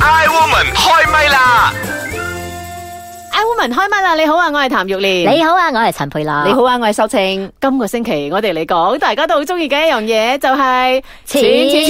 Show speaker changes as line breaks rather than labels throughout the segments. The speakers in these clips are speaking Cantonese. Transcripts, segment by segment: Iwoman 開唛啦！
I woman 開唛啦！你好啊，我係譚玉蓮。
你好啊，我係陳佩樂。
你好啊，我係秀清。
今個星期我哋嚟講，大家都好中意嘅一樣嘢就係
錢
錢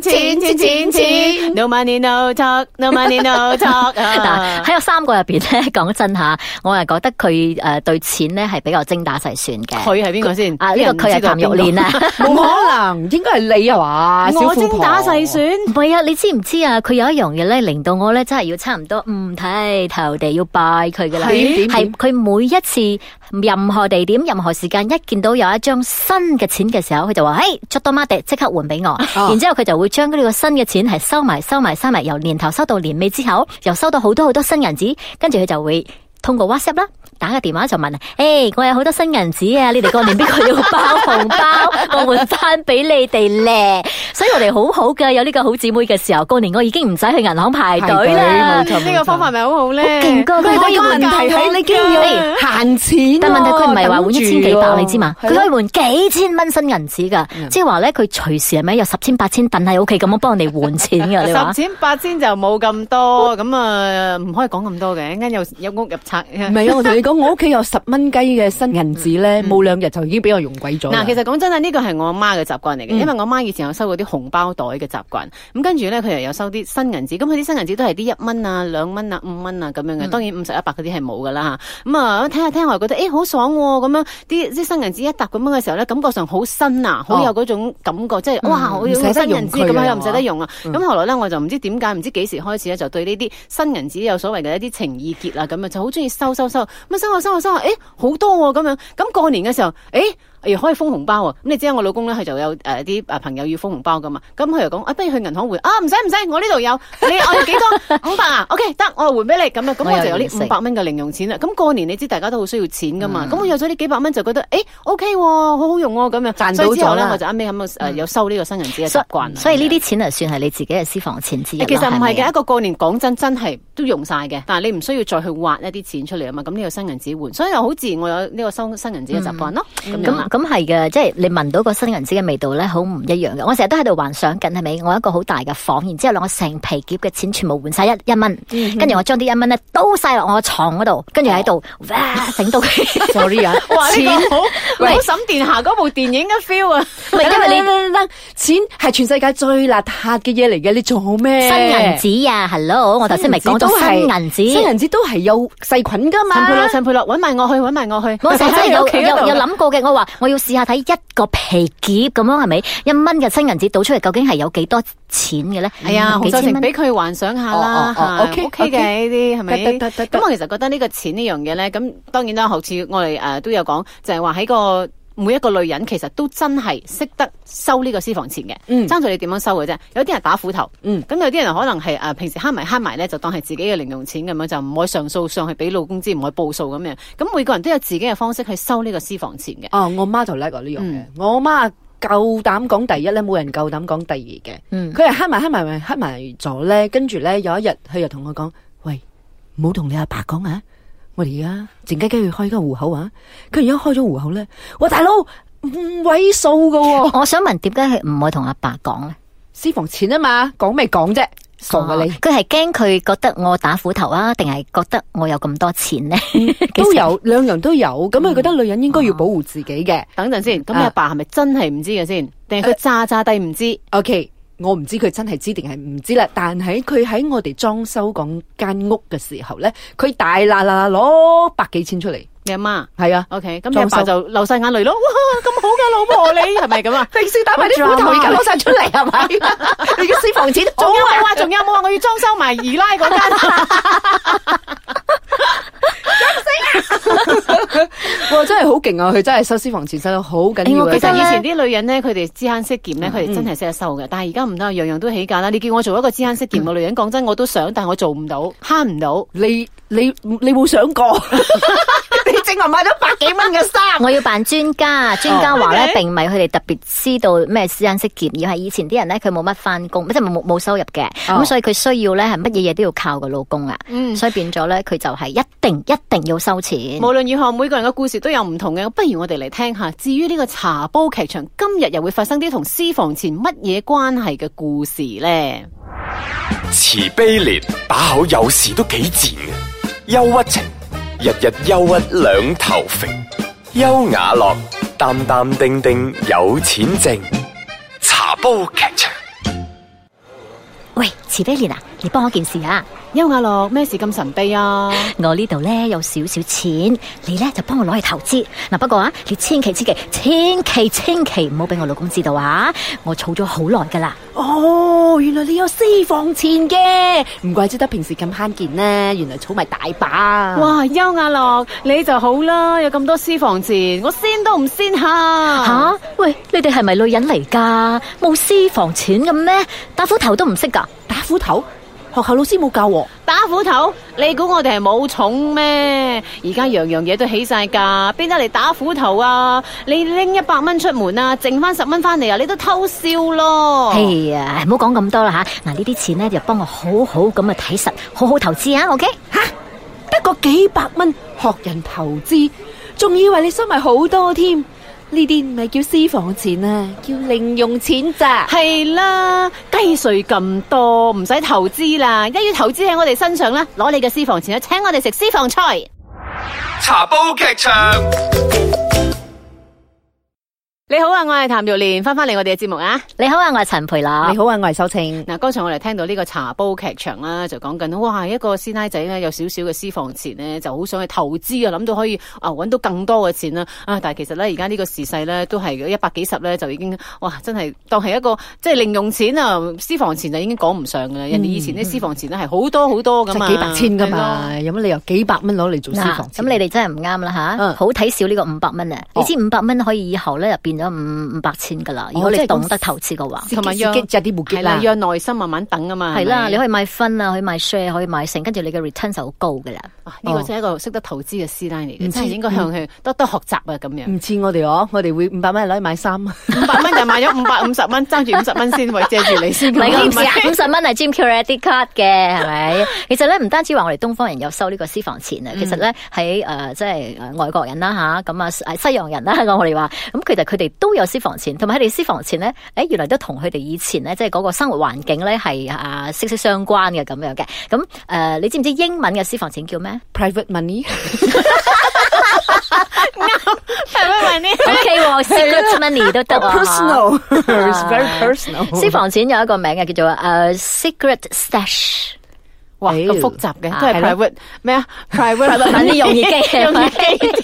錢錢錢錢，no money no talk，no money no talk À.
嗱
啊！
喺我三個入邊咧， 講真吓，我係覺得佢誒對錢咧係比較精打細算嘅。
佢係邊個先？
啊，呢個佢係譚玉蓮啊。
冇可能，應該係你啊嘛，
我精打細
細
算，
唔係啊，你知唔知啊？佢有一樣嘢咧，令到我咧真係要差唔多五體投地要拜佢噶啦。
係
係佢每一次任何地點、任何時間，一見到有一張新嘅錢嘅時候，佢就話：，嘿，捉多媽地，即刻換俾我。
哦
然之後佢就會將呢個新嘅錢係收埋、收埋、收埋，由年頭收到年尾之後，又收到好多好多新銀紙，跟住佢就會通過 WhatsApp 啦。打個電話就問，誒，我有好多新銀紙啊！你哋過年邊個要包紅包，我換翻俾你 哋咧。所以我哋好好嘅，有呢個好姊妹嘅時候，過年我已經唔使去銀行排隊啦。
呢個方法咪好好咧？
勁㗎佢可以換
問題係你竟然要閒錢喎，
但問題佢唔係話換一千幾百，
等住喎
你知嘛？佢可以換幾千蚊新銀紙噶，
嗯
即係話咧，佢隨時係咪有十千八千等喺屋企咁樣幫你換錢噶？你話
十千八千就冇咁多，咁啊唔可以講咁多嘅，一陣有有屋入賊。
唔係啊！我同你講，我屋企有十蚊雞嘅新銀紙咧，冇兩日就已經俾我用鬼咗啦。
嗱，其實講真啊，呢個係我阿媽嘅習慣嚟嘅，
嗯
因為我阿媽以前有收過啲紅包袋嘅習慣，咁跟住咧佢又有收啲新銀紙，咁佢啲新銀紙都係啲一蚊啊、兩蚊啊、五蚊啊咁樣嘅，
嗯
當然五十一百嗰啲係冇噶啦嚇。咁啊聽下聽下覺得誒好爽喎，咁樣啲啲新銀紙一沓咁樣嘅時候咧，感覺上好新啊，好有嗰種感覺，即係哇！我要
哦嗯唔
新
捨得
銀
用
紙
佢
咁
啊
樣又唔捨得用啊。咁後來咧我就唔知點解，唔知幾時開始咧就對呢啲新銀紙有所謂嘅一啲情意結啊，咁啊就好中意收收收，咁收下收下收下，誒好多喎咁樣。咁過年嘅時候，誒。誒可以封紅包喎，咁你知啦，我老公咧佢就有誒啲誒朋友要封紅包噶嘛，咁佢就講啊，不如去銀行換啊，唔使唔使，我呢度有，你我要幾多五百啊？OK 得，我換俾你咁啊，咁
我有
我就有呢
零食
五百蚊嘅零用錢啦。咁過年你知大家都好需要錢噶嘛，咁我有咗呢幾百蚊就覺得誒 OK 喎，好好用喎咁樣，
賺到
所以之後
咗
咧
啦
我就啱尾咁啊誒有收呢個新銀紙嘅啊習慣啦。
所以呢啲錢就算係你自己嘅私房錢之一啦。
其實唔係
咪
嘅，
啊
一個過年講真真係都用晒嘅，但係你唔需要再去挖一啲錢出嚟啊嘛，咁呢個新銀紙換，所以又好自然我有呢個收新銀紙嘅習慣咯。咁啊樣啦
嗯咁啊咁係嘅，即係你聞到個新銀紙嘅味道咧，好唔一樣嘅。我成日都喺度幻想緊，係咪我一個好大嘅房，然之後咧我成皮夾嘅錢全部換晒一一蚊，跟住我將啲一蚊咧倒晒落我床嗰度，跟住喺度哇整到佢，
sorry 啊，
哇！呢、
錢
個好
喂
好沈殿霞嗰部電影嘅 feel 啊！
唔 係因為你。
錢係全世界最邋遢嘅嘢嚟嘅，你做咩？
新銀紙啊，hello，我頭先咪講到新銀
新
紙。
銀紙都係有細菌噶
陳佩樂，
嘛。
陳佩樂，揾埋我去，揾埋我去。
我成日真係有
喺屋企嗰度
有有諗過嘅，我話我要試下睇一個皮夾咁樣係咪一蚊嘅新銀紙倒出嚟，究竟係有幾多錢嘅咧？
係啊，洪
嗯幾
秀
千
成
蚊。
俾佢幻想下啦
哦哦哦
嚇
OK，
，OK 嘅
OK
呢啲係咪？
得得得得
咁我其實覺得呢個錢呢樣嘢咧，咁當然啦，好似我哋誒都有講，就係話喺個。每一個女人其實都真係識得收呢個私房錢嘅，
嗯
爭在你點樣收嘅啫。有啲人打斧頭，咁、
嗯
有啲人可能係誒、呃平時慳埋慳埋咧，就當係自己嘅零用錢咁樣，就唔可以上訴上去俾老公知，唔可以報數咁樣。咁每個人都有自己嘅方式去收呢個私房錢嘅。
哦，我媽就叻過呢樣嘢
嗯。
我媽夠膽講第一咧，冇人夠膽講第二嘅。
嗯
佢係黑埋黑埋黑埋咗咧，跟住咧有一日佢就同我講：，喂，唔好同你阿爸講啊！我哋而家靜雞雞去開個戶口啊！佢而家開咗戶口咧，我大佬五位數噶喎，
我想問點解佢唔會同阿爸講咧？
私房錢啊嘛，講咪講啫，傻嘅你
哦。佢係驚佢覺得我打斧頭啊，定係覺得我有咁多錢咧？ 其實
嗯都有兩樣都有，咁佢覺得女人應該要保護自己嘅。
等陣先，咁你阿爸係咪真係唔知嘅先？定係佢詐詐地唔知？
OK，我唔知佢真係知定係唔知啦，但係佢喺我哋裝修講間屋嘅時候咧，佢大啦啦攞百幾千出嚟，
你阿媽
係啊，
，OK，咁你阿
裝
爸
修
就流晒眼淚咯。哇，咁好嘅老婆你係咪咁 啊？
平時打埋啲
好
斧頭
drama
而家攞晒出嚟係 咪？你嘅私房錢
仲
仲
有
要
冇啊？仲有冇啊？我要裝修埋二奶嗰間。
哇真係好勁啊！佢真係收私房錢收得好緊要
誒
啊！
我
其
記
實
得
以
呢
前啲女人咧，佢哋知慳識儉咧，佢哋真係識得收嘅。但係而家唔得，樣樣都起價啦。你叫我做一個知慳識儉嘅女人，講真我都想，但係我做唔到，慳唔到。
你你你冇想過， 你正話買咗百幾蚊嘅衫。
啊我要扮專
哦
家，專家
啊
話咧
OK
並唔係佢哋特別知道咩私隱識儉，而係以前啲人咧佢冇乜翻工，即係冇冇收入嘅，咁、
哦嗯
所以佢需要咧係乜嘢嘢都要靠個老公啊，所以變咗咧佢就係一定一定要收錢。
無論如何，每個人嘅故事都有唔同嘅，不如我哋嚟聽下。至於呢個茶煲劇場，今日又會發生啲同私房錢乜嘢關係嘅故事呢？
慈悲莲把口有時都幾賤嘅，憂鬱情日日憂鬱兩頭肥，優雅樂淡淡定定有錢剩，茶煲劇場。
喂，慈悲莲啊，你幫我件事啊，
邱雅樂咩事咁神秘啊？
我呢度咧有少少錢，你咧就幫我攞去投資。嗱，不過啊，你千祈千祈千祈千祈唔好俾我老公知道啊！我儲咗好耐噶啦。
哦，原來你有私房錢嘅，唔怪之得平時咁慳件呢，原來儲埋大把。
哇，邱雅樂你就好啦，有咁多私房錢，我先都唔先下。
吓、
啊
喂，你哋係咪女人嚟㗎？冇私房錢嘅咩？打斧頭都唔識㗎。
打斧頭，學校老師冇教喎。
打斧頭，你估我哋係冇重咩？而家樣樣嘢都起晒價，邊得嚟打斧頭啊？你拎一百蚊出門啊，剩翻十蚊翻嚟啊，你都偷笑咯。
哎呀，唔好講咁多啦吓。嗱，呢啲錢咧就幫我好好咁啊睇實，好好投資啊。OK，
得個幾百蚊學人投資，仲以為你收埋好多添。呢啲唔係叫私房錢啊，叫零用錢咋。
係啦，雞税咁多，唔使投資啦，一於投資喺我哋身上啦，攞你嘅私房錢去請我哋食私房菜。
茶煲劇場。
你好啊，我係譚玉蓮，翻返嚟我哋嘅節目啊。
你好啊，我係陳培樂
你。好啊，我係秀清。
嗱，剛才我哋聽到呢個茶煲劇場啦，就講緊哇，一個師奶仔咧有少少嘅私房錢咧，就好想去投資啊，諗到可以啊揾到更多嘅錢啦。啊，但係其實咧，而家呢個時勢咧，都係一百幾十咧，就已經哇，真係當係一個即係零用錢啊，私房錢就已經講唔上噶
嗯
啦。人哋以前啲私房錢咧係好多好多噶
即係
嘛，
幾百千噶
啊係咯。
嘛，有乜理由幾百蚊攞嚟做私
嗱
房，
咁
錢？
你哋真係唔啱啦吓，
嗯
好睇少呢個五百蚊啊！你
哦
知五百蚊可以以後咧就變咗五五百千噶啦，如果
即
你
係咁
懂得投資嘅話。
同埋
自
讓
己就啲冇
係
結啦
啦，。讓內心慢慢等啊嘛。咪
係啦，你可以買分啊，可以買 share，可以買成，跟住你嘅 return 就好高噶啦。
啊呢個
哦
真係一個識得投資嘅師奶嚟
唔
嘅，
知
真係應該向
嗯
佢多多學習啊咁樣。
唔似我哋哦，我哋會五百蚊攞去買衫。
五百蚊就買咗五百五十蚊，爭住五十蚊先，喂，借住 你先。
唔係
咁
咁啊，五十蚊係 Jim Credit Card 嘅，係咪？ 其實咧唔單止話我哋東方人有收呢個私房錢
嗯
啊，其實咧喺誒即係誒外國人啦吓，咁啊西西洋人啦，咁我哋話，咁其實佢哋都有私房錢，同埋佢哋私房錢咧，誒原來都同佢哋以前咧即係嗰個生活環境咧係啊息息相關嘅咁樣嘅。咁誒、呃你知唔知英文嘅私房錢叫咩
Private money，
係咪問呢？
？OK 喎，secret money 都得啊喎
啊 It's very personal。
私房錢有一個名嘅叫做誒、呃 secret stash。
哇，
哎
咁複雜嘅，都係
係咯
private 咩啊？private
揾啲 容易記
容易記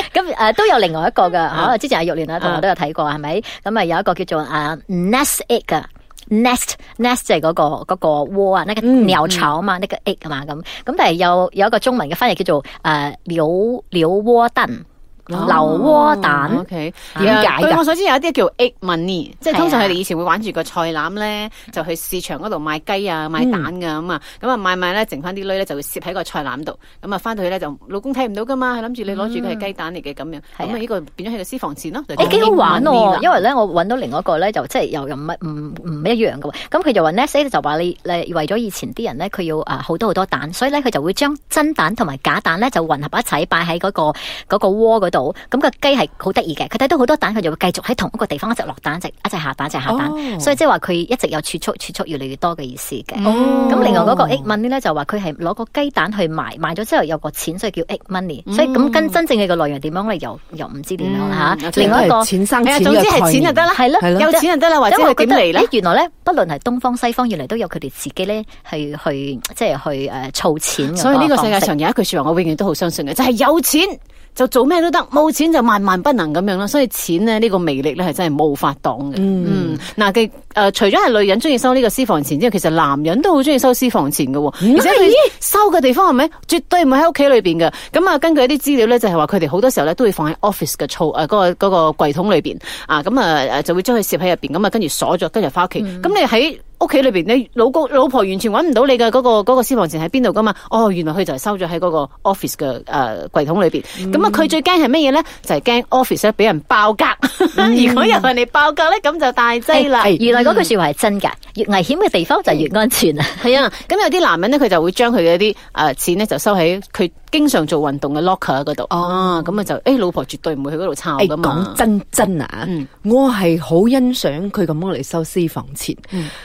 咁誒都有另外一個嘅，啊之前阿玉蓮啊同我都有睇過，係咪？咁啊有一個叫做啊 nest egg 啊。nest nest 就係嗰、個嗰、個窩啊，那個鳥巢啊嘛，那個 egg 啊嘛咁，咁但係有有一個中文嘅翻譯叫做誒鳥鳥窩蛋、
哦
流窩蛋。
O K，
點解㗎
據我所知有一啲叫 egg money，即
係
係
啊
通常佢哋以前會玩住個菜籃咧，就去市場嗰度買雞啊、買蛋㗎咁啊，咁啊買買咧，剩翻啲女咧就會攝喺個菜籃度，咁啊翻到去咧就老公睇唔到㗎嘛，佢諗住你攞住佢係雞蛋嚟嘅咁樣，咁啊呢個變咗佢嘅私房錢咯。就
誒
叫
幾好
egg
玩哦
money 啦
喎，因為咧我揾到另外一個咧就即係又又唔係唔唔一樣嘅喎，咁佢就話 Nest Egg 就話你你為咗以前啲人咧佢要啊好多好多蛋，所以咧佢就會將真蛋同埋假蛋咧就混合一齊擺喺嗰個嗰個窩嗰度，咁個雞係好得意嘅，佢睇到好多蛋佢就會繼續喺同一個地方一直落蛋，一直一直下蛋，一直下蛋，
哦
所以即係話佢一直有儲蓄儲蓄越嚟越多嘅意思嘅。
哦
咁另外嗰個 egg money 咧就話佢係攞個雞蛋去賣，賣咗之後有個錢，所以叫 egg money。所
嗯
以咁跟真正嘅個來源點樣咧，又又唔知點樣啦
嗯
嚇。
有啲
另外一個
都係錢生
係啊
錢
總之
嘅概
係錢就
念
得啦，
係咯
係咯
有錢就得啦，或者
因為
係
我覺
點
得
嚟咧
咦？原來咧，不論係東方西方，原來都有佢哋自己咧，去去即係去誒儲錢嘅
所以呢
個
個世界
方式
上有一句說話，我永遠都好相信嘅，就係、有錢就做咩都得，冇錢就萬萬不能咁樣啦。所以錢咧呢、呢個魅力咧係真係冇法擋嘅。嗯，嗱嘅誒，除咗係女人中意收呢個私房錢之外，其實男人都好中意收私房錢嘅喎，而且佢收嘅地方係咪絕對唔係喺屋企裏邊嘅？咁啊，根據一啲資料咧，就係話佢哋好多時候咧都會放喺 office 嘅儲誒嗰個嗰個櫃桶裏邊啊，咁啊誒就會將佢攝喺入邊，咁啊跟住鎖咗，跟住翻屋企。咁你喺屋企裏邊，你老公老婆完全揾唔到你嘅嗰、個嗰、個私房錢喺邊度噶嘛？哦，原來佢就係收咗喺嗰個 office 嘅誒櫃桶裏邊。咁啊、佢最驚係乜嘢咧？就係驚 office 咧俾人爆格。 如果有人嚟爆格咧，咁就大劑啦。
哎哎
原來嗰句説話係真㗎，越危險嘅地方就越安全啊！
呃係啊，咁有啲男人咧，佢就會將佢嘅啲誒錢咧，就收喺佢經常做運動嘅 locker 嗰度，啊，咁啊就誒老婆絕對唔會去嗰度抄
诶，
噶嘛。
哦哎講真真啊，
嗯
我係好欣賞佢咁樣嚟收私房錢，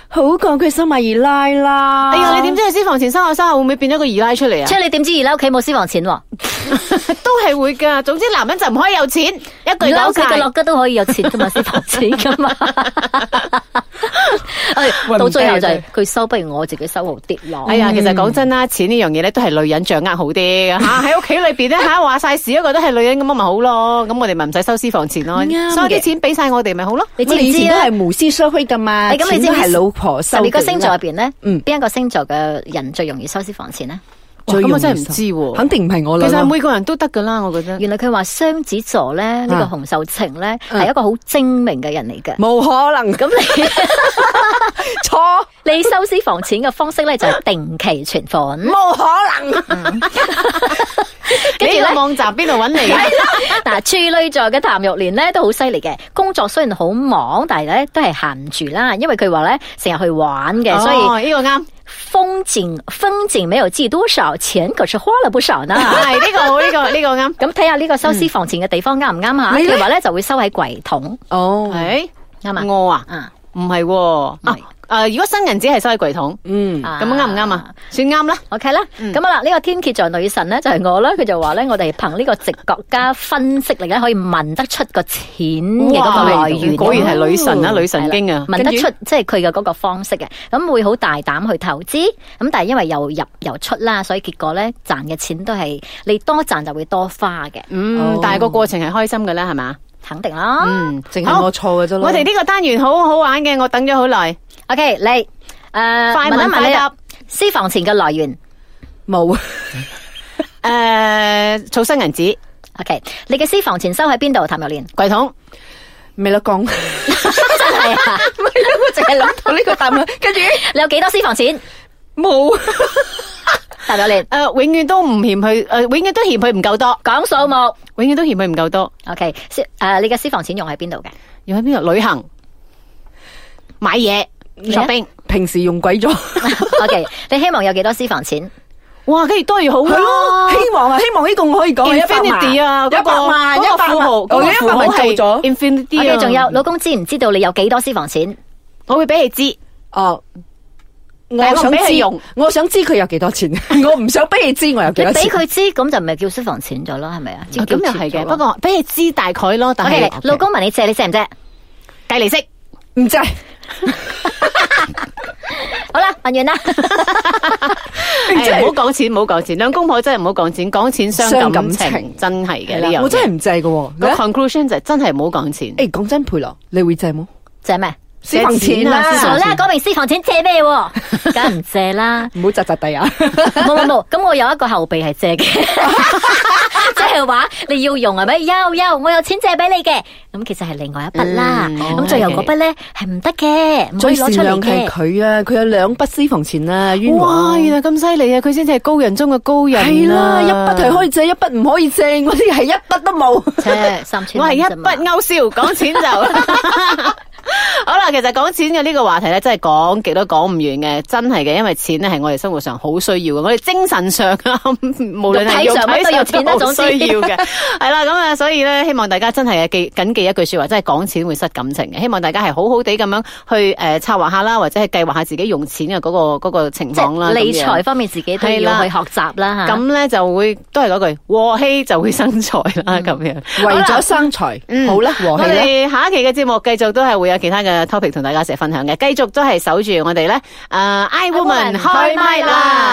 好過佢收埋二奶啦。
哎呀，你點知佢私房錢收下收下會唔會變咗個二奶出嚟
即
啊？
係你點知二奶屋企冇私房錢喎？
都係會㗎。總之男人就唔可以有錢，一
二
句
奶屋
講
企嘅
晒
落。家都可以有錢噶嘛，私房錢噶 嘛。 哎
喂
到最後
啊
唔
就
計
係佢收，不如我自己收好啲咯。
哎呀，其實講真啦，錢呢樣嘢咧都係女人掌握好啲嘅 吓，喺屋企裏边咧吓話晒事，一個都係女人咁咪好咯，咁我哋咪唔使收私房錢咯，
啱嘅
所有啲錢俾晒我哋咪好咯。
你知
我哋
唔
以
知
前都
咧？
係無私收去噶嘛，
你咁你知唔
錢
知
都係老婆
十
收
二
嘅
個星座入邊咧，
嗯
邊一個星座嘅人最容易收私房錢咧？
哇
最容易
咁我真係唔
收
知喎
肯定唔係我
其
啦。
實每個人都得㗎啦，我覺得。
原來佢話雙子座咧，呢
啊
個洪秀晴咧
嗯
係一個好精明嘅人嚟嘅。
冇可能咁
咁
錯，
你你收私房錢嘅方式咧就係定期存款。
冇可能。
跟 住
你
呢
個網站邊度揾嚟嘅？
嗱，處女座嘅譚玉蓮咧都好犀利嘅，工作雖然好忙，但係咧都係閒唔住啦，因為佢話咧成日去玩嘅，所以
哦呢個啱，
風景風景沒有記多少錢，可是花了不少 呢。
係呢個好，呢 個呢個啱。
咁睇下呢個收私房錢嘅地方啱唔啱吓？
你呢
佢話咧就會收喺櫃桶，
哦，
係
啱嘛？
我啊，
啊，
唔係喎。啊
係
誒，如果新人只係收喺櫃桶，
嗯，
咁啱唔啱啊？嗯算啱啦。
？OK 啦，咁好啦，呢個天蝎座女神咧就係我啦，佢就話咧我哋憑呢個直覺加分析力咧可以問得出個錢嘅嗰個來源。
果然係女神啊，
哦
女神經啊，
問得
跟住
出即係佢嘅嗰個方式嘅，咁會好大膽去投資，咁但係因為又入又出啦，所以結果咧賺嘅錢都係你多賺就會多花嘅，
嗯
哦，
但係個過程係開心㗎啦，係嘛？
肯定啦。
嗯，
淨
好
係我錯嘅啫咯。
我哋呢個單元好好玩嘅，我等咗好耐。
OK，你誒、呃、
快問啊
問一問
快
你
答
私房錢嘅來源。
冇
诶，儲新銀紙
OK，你嘅私房錢收喺邊度？譚玉蓮
櫃桶，
未啦講，
真係啊！
我淨係諗到呢個答案，跟住
你有幾多私房錢？
冇。
譚玉蓮
诶，呃永遠都唔嫌佢，呃诶，永遠都嫌佢唔夠多，
講數目。
永遠都嫌佢唔夠多。
OK，私誒、呃你嘅私房錢用喺邊度嘅？
要喺邊度旅行、買嘢、
啊
shopping。
平時用鬼咗，
OK，你希望有幾多私房錢？
哇，跟住多越好
係
咯
咯，。希望啊，希望呢個我可以講係
哦
100萬
Infinity 啊，嗰
一
個
百萬，
嗰
一
個
百
富
萬，
豪，嗰個
我一
富
百
豪
萬
係
做咗，
Infinity 啊。
OK，仲有老公知唔知道你有幾多私房錢？
我會俾你知。
哦。我
但係我唔
想
俾佢
知
用，
我想知佢有幾多錢，我唔想俾你知我有幾
你
多
俾
錢。
佢知咁就唔係叫私房錢咗啦，係咪啊？
咁又係嘅，不過俾你知大概咯，但
O
係
K，老公問你借，你借唔借？
計利 息。
唔制，
好啦，問完啦。
唉唔好講錢，唔好講錢，兩公婆真係唔好講錢，講錢傷
傷
感
感
情，
情
真係嘅呢樣嘢。
我真係唔制嘅喎。
個 conclusion 就係真係唔好講錢。
誒，講真，佩樂，你會制冇？
借咩？
私房錢啦
私
傻
房
啦，
錢
講明私房錢借咩喎？梗係唔借啦。
唔好窒窒地啊！
冇冇冇，咁我有一個後備係借嘅， 即係話你要用係咪？有有，我有錢借俾你嘅，咁其實係另外一筆啦。
嗯
咁
哦
最後
OK
嗰筆咧係唔得嘅，唔可
最
以攞出
善
嚟
良
嘅。
係佢啊，佢有兩筆私房錢啊，冤
哇，
枉。
原來咁犀利啊！佢先至係高人中嘅高人啊。
係啦，一筆係可以借，一筆唔可以借，我啲係一筆都冇。
切，三千
我係
蚊
一
啫嘛
筆勾銷，講錢就。 好啦，其實講錢嘅呢個話題咧，真係講極都講唔完嘅，真係嘅，因為錢咧係我哋生活上好需要嘅，我哋精神上啊， 無論係
肉體上乜都要
肉體上
錢啦
都
總
好
之
需要嘅。係啦，咁啊，所以咧，希望大家真係記緊記一句说話，真係講錢會失感情嘅。希望大家係好好地咁樣去诶策劃下啦，或者係計劃下自己用錢嘅嗰、個嗰、個情
即
況啦。
係理
咁樣
財方面自己都
係
要
啦
去學習
啊
啦嚇。
咁咧就會都係嗰句和氣就會生財啦，咁樣。
為咗生財，好啦，嗯和
我
氣啦。
哋下一期嘅節目繼續都係會有其他呃嘅 topic 同大家一齊分享嘅，繼續都係守住我哋咧，诶、i Woman 開麥啦！